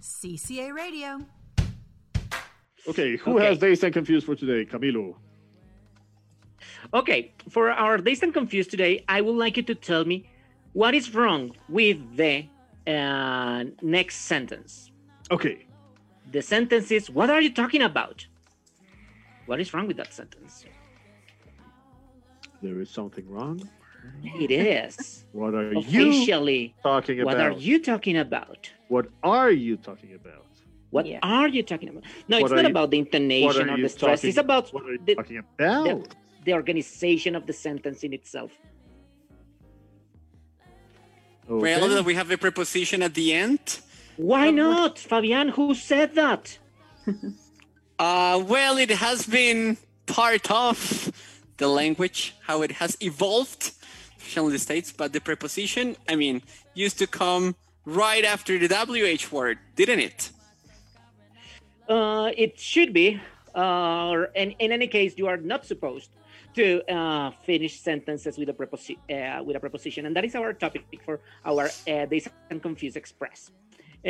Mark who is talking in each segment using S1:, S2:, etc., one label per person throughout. S1: CCA Radio.
S2: Okay, who has
S3: Okay.
S2: Dazed and Confused for today? Camilo.
S3: Okay, for our Dazed and Confused today, I would like you to tell me what is wrong with the uh, next sentence.
S2: Okay.
S3: The sentence is, What are you talking about? What is wrong with that sentence?
S2: There is something wrong.
S3: It is
S2: What are you
S3: officially,
S2: talking
S3: What
S2: about?
S3: are you talking about?
S2: What are you talking about?
S3: What
S1: Yeah.
S3: are you talking about? No,
S2: What
S3: it's
S2: are
S3: not
S2: you-
S3: about the
S2: What
S3: intonation
S2: are
S3: or
S2: you
S3: the stress.
S2: talking-
S3: It's about
S2: What are you
S3: the,
S2: talking about?
S3: the organization of the sentence in itself.
S4: Well,
S2: Okay.
S4: that we have the preposition at the end.
S3: Why
S1: But what-
S3: not, Fabian? Who said that?
S4: Uh, well, it has been part of the language, how it has evolved, especially in the States, but the preposition, I mean, used to come right after the WH word, didn't it?
S3: Uh, it should be. Uh, or- and in any case, you are not supposed to uh, finish sentences with a, preposi- uh, with a preposition. And that is our topic for our uh, Days and Confused Express.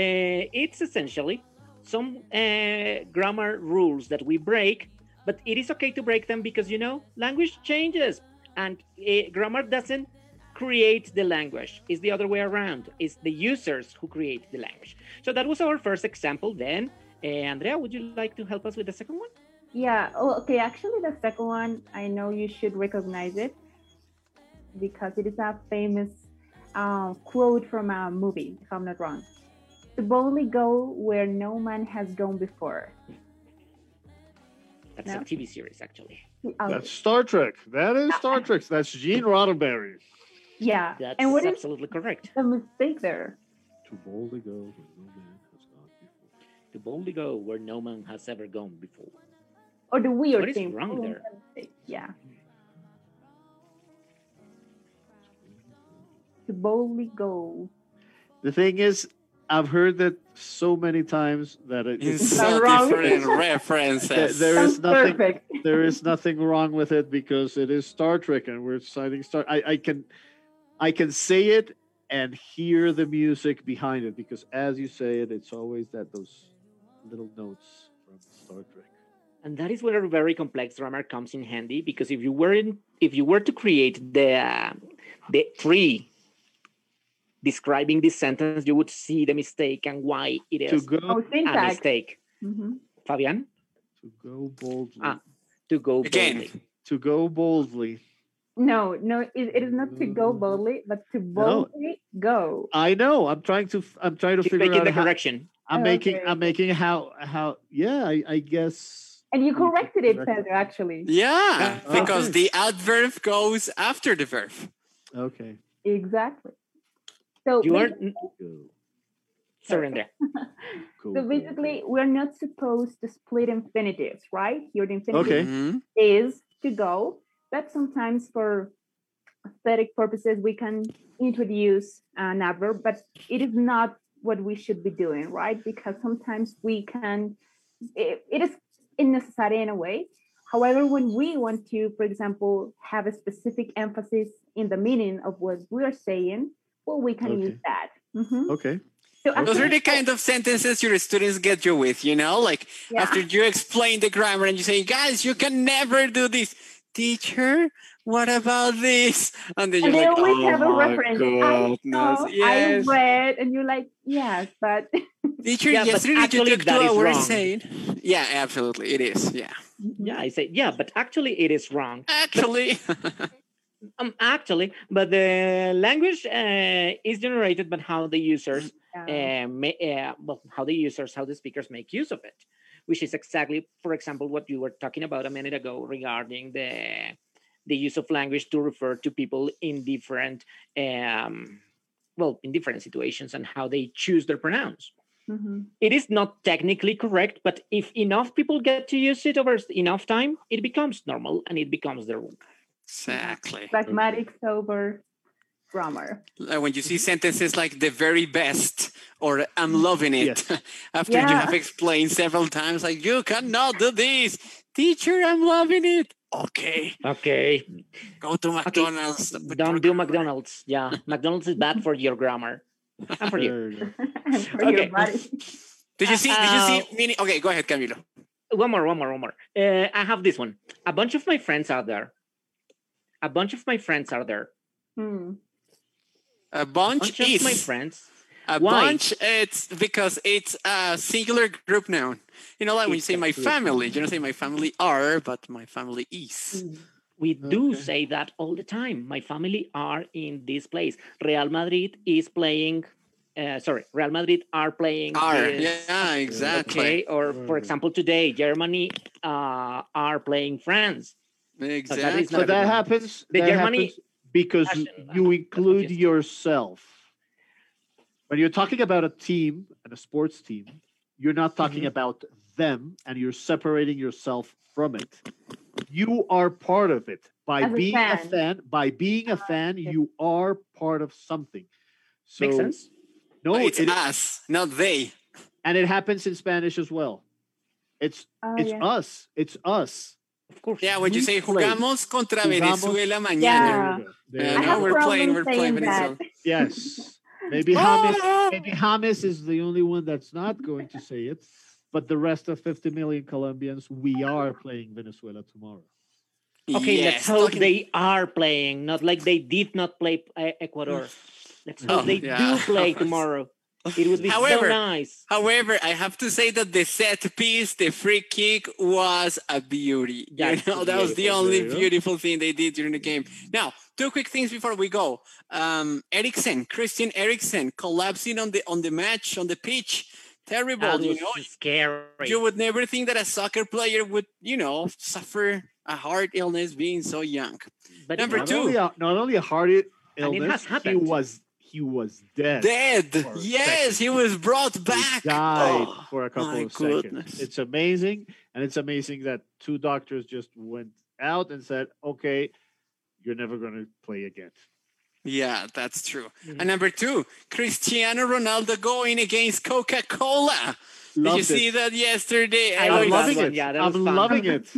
S3: Uh, it's essentially some uh, grammar rules that we break, but it is okay to break them because, you know, language changes and uh, grammar doesn't create the language. It's the other way around. It's the users who create the language. So that was our first example then. Eh, Andrea, would you like to help us with the second one?
S5: Yeah. Oh, okay. Actually, the second one, I know you should recognize it because it is a famous uh, quote from a movie, if I'm not wrong. To boldly go where no man has gone before.
S3: That's a
S5: No.
S3: TV series, actually.
S5: Oh,
S2: That's Star Trek. That is Star Trek. That's Gene Roddenberry.
S5: yeah.
S3: That's
S5: and what is
S3: absolutely correct.
S5: the mistake there?
S2: To boldly go where no man has gone before.
S3: To boldly go where no man has ever gone before.
S5: Or the weird
S3: What is
S5: thing?
S3: wrong there?
S5: Yeah. To boldly go.
S2: The thing is, I've heard that so many times that it,
S4: In
S2: it's
S5: not
S4: so
S5: wrong.
S4: different
S2: there-
S4: references.
S2: there is
S5: Sounds
S2: nothing.
S5: perfect.
S2: there is nothing wrong with it because it is Star Trek and we're citing Star I, I can I can say it and hear the music behind it because as you say it it's always that those little notes from Star Trek.
S3: And that is where a very complex grammar comes in handy because if you were in, if you were to create the uh, the tree describing this sentence, you would see the mistake and why it
S2: To
S3: is
S2: go
S5: Oh,
S3: a
S5: syntax.
S3: mistake.
S5: Mm-hmm.
S3: Fabian,
S2: to go boldly
S3: Ah. to go
S4: Again,
S3: boldly.
S2: to go boldly.
S5: No, no, it, it is not to go
S2: Mm.
S5: boldly, but to
S2: No.
S5: boldly go.
S2: I know. I'm trying to f- I'm trying to
S3: Keep
S2: figure
S3: making
S2: out
S3: the Oh,
S2: how,
S3: correction.
S2: I'm making
S5: Okay.
S2: I'm making how how yeah I, I guess
S5: And you
S2: You can
S5: corrected it,
S2: correct it.
S5: Pedro, actually.
S4: yeah,
S2: Yeah.
S4: because the adverb goes after the verb.
S2: okay.
S5: Exactly. So,
S2: Oh,
S3: You are
S5: basi-
S2: Go,
S3: sorry, Andrea.
S2: go
S5: so basically, we're not supposed to split infinitives, right? Your infinitive
S2: Okay.
S4: Mhm.
S5: is to go, but sometimes for aesthetic purposes, we can introduce an adverb, but it is not what we should be doing, right? Because sometimes we can, it, it is unnecessary in a way. However, when we want to, for example, have a specific emphasis in the meaning of what we are saying, well, we can use
S2: Okay.
S5: that. Mhm.
S2: Okay.
S5: So
S4: Those are
S5: actually-
S4: the kind of sentences your students get you with, you know? Like
S5: yeah.
S4: after you explain the grammar and you say, guys, you can never do this. Teacher, what about this? And then you're
S5: and they
S4: like,
S5: always
S4: oh
S5: have a
S4: my
S5: reference. I
S4: goodness,
S5: know,
S4: yes.
S5: I read, and you're like, yes, but
S4: Teacher,
S3: Yeah, but
S4: yesterday you
S3: actually
S4: took two
S3: that is
S4: hours
S3: wrong.
S4: saying. Yeah, absolutely, it is. Yeah,
S3: Yeah, I say yeah, but actually it is wrong.
S4: actually,
S3: Um, actually, but the language uh, is generated by how the users,
S2: Uh-huh.
S5: Yeah.
S3: uh, ma- uh, well, how the users, how the speakers make use of it, which is exactly, for example, what you were talking about a minute ago regarding the the use of language to refer to people in different, um, well, in different situations and how they choose their pronouns
S5: Mhm.
S3: it is not technically correct, but if enough people get to use it over s- enough time, it becomes normal and it becomes the rule.
S4: exactly.
S5: pragmatics over grammar.
S4: Like when you see sentences like "the very best" or "I'm loving it," after you
S5: Yeah.
S4: have explained several times, like "you cannot do this, teacher, I'm loving it." Okay,
S3: Okay.
S4: go to McDonald's. but
S3: Don't do
S4: remember-
S3: McDonald's.
S2: Uh.
S3: Yeah. McDonald's is bad for your grammar and for you.
S2: Fair enough.
S5: And for
S3: Okay.
S5: your body.
S4: Did you see? Did you see?
S3: Uh,
S4: Meaning? Okay, go ahead, Camilo.
S3: one more, one more, one more. Uh, I have this one. A bunch of my friends are there. A bunch of my friends are there.
S5: Hmm.
S4: A
S3: A
S4: Uh, bunch,
S3: bunch of my
S4: is-
S3: friends.
S4: A
S3: Why?
S4: bunch, it's because it's a singular group noun. You know, like when you
S3: It's
S4: say
S3: a
S4: my
S3: group
S4: family, you
S3: noun.
S4: don't say my family are, but my family is.
S3: We do
S2: Okay.
S3: say that all the time. My family are in this place. Real Madrid is playing. Uh, sorry, Real Madrid are playing.
S4: Are.
S3: this-
S4: Yeah, exactly.
S3: Okay, or for
S2: Right.
S3: example, today Germany uh, are playing France.
S4: Exactly.
S3: that is
S2: So
S3: not-
S2: that happens.
S3: The
S2: that
S3: Germany-
S2: happens because
S3: Fashion,
S2: you include
S3: logistics.
S2: yourself. When you're talking about a team and a sports team, you're not talking
S3: Mm-hmm.
S2: about them and you're separating yourself from it. You are part of it by
S5: As a
S2: being a
S5: fan. Uh,
S2: fan. By being a fan,
S5: okay.
S2: you are part of something. So
S3: Makes sense.
S2: no,
S4: But it's
S2: Oh, it-
S4: us, not they.
S2: and it happens in Spanish as well. It's
S5: Oh,
S2: it's
S5: yeah.
S2: us. It's us.
S3: Of course.
S4: Yeah, when you
S2: We
S4: say
S2: play.
S4: jugamos contra
S2: Jugamos.
S4: Venezuela
S5: Yeah.
S4: mañana.
S2: There
S4: Yeah,
S5: I
S2: you
S5: have
S2: go.
S5: a
S4: we're playing,
S5: problem
S4: we're playing
S5: saying that.
S2: Yes.
S3: Oh,
S2: Maybe Hamas
S4: Oh,
S2: Maybe Hamas is the only one that's not going to say it, but the rest of 50 million Colombians, we are playing Venezuela tomorrow.
S3: Okay, let's
S4: Yes,
S3: hope
S4: talking-
S3: they are playing, not like they did not play uh, Ecuador. Let's hope
S4: Oh,
S3: they
S4: yeah.
S3: do play tomorrow. It would be
S4: However-
S3: so nice.
S4: However, I have to say that the set piece, the free kick, was a beauty. You
S3: That's
S4: know, that was the
S2: beautiful,
S4: only
S2: there you go.
S4: beautiful thing they did during the game. Now, two quick things before we go. Um, Eriksen, Christian Eriksen, collapsing on the on the match on the pitch. Terrible,
S3: That
S4: you
S3: was
S4: know.
S3: scary.
S4: You would never think that a soccer player would, you know, suffer a heart illness being so young.
S3: but
S4: number
S2: Not
S4: two.
S2: only a, not only a heart i-
S3: And it has
S2: illness, he
S3: happened.
S2: was he was dead.
S4: Dead.
S2: For a
S4: Yes, he was brought
S2: He
S4: back.
S2: died
S4: Oh,
S2: for a
S4: my
S2: couple of
S4: goodness.
S2: seconds. It's amazing, and it's amazing that two doctors just went out and said, "Okay, you're never going to play again."
S4: Yeah, that's true.
S3: Mhm.
S4: And number two, Cristiano Ronaldo going against Coca Cola. Did
S2: Loved
S4: you
S2: it.
S4: see that yesterday?
S3: I
S4: Oh,
S2: I'm
S3: love
S4: it's-
S2: loving
S3: one.
S2: it.
S3: Yeah, that was
S2: I'm
S3: fun.
S2: loving it.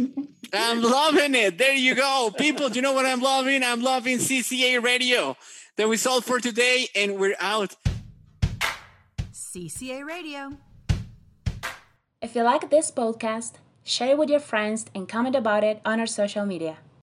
S4: I'm loving it. There you go. People, do you know what I'm loving? I'm loving CCA Radio. That was all for today, and we're out.
S1: CCA Radio.
S6: If you like this podcast, share it with your friends and comment about it on our social media.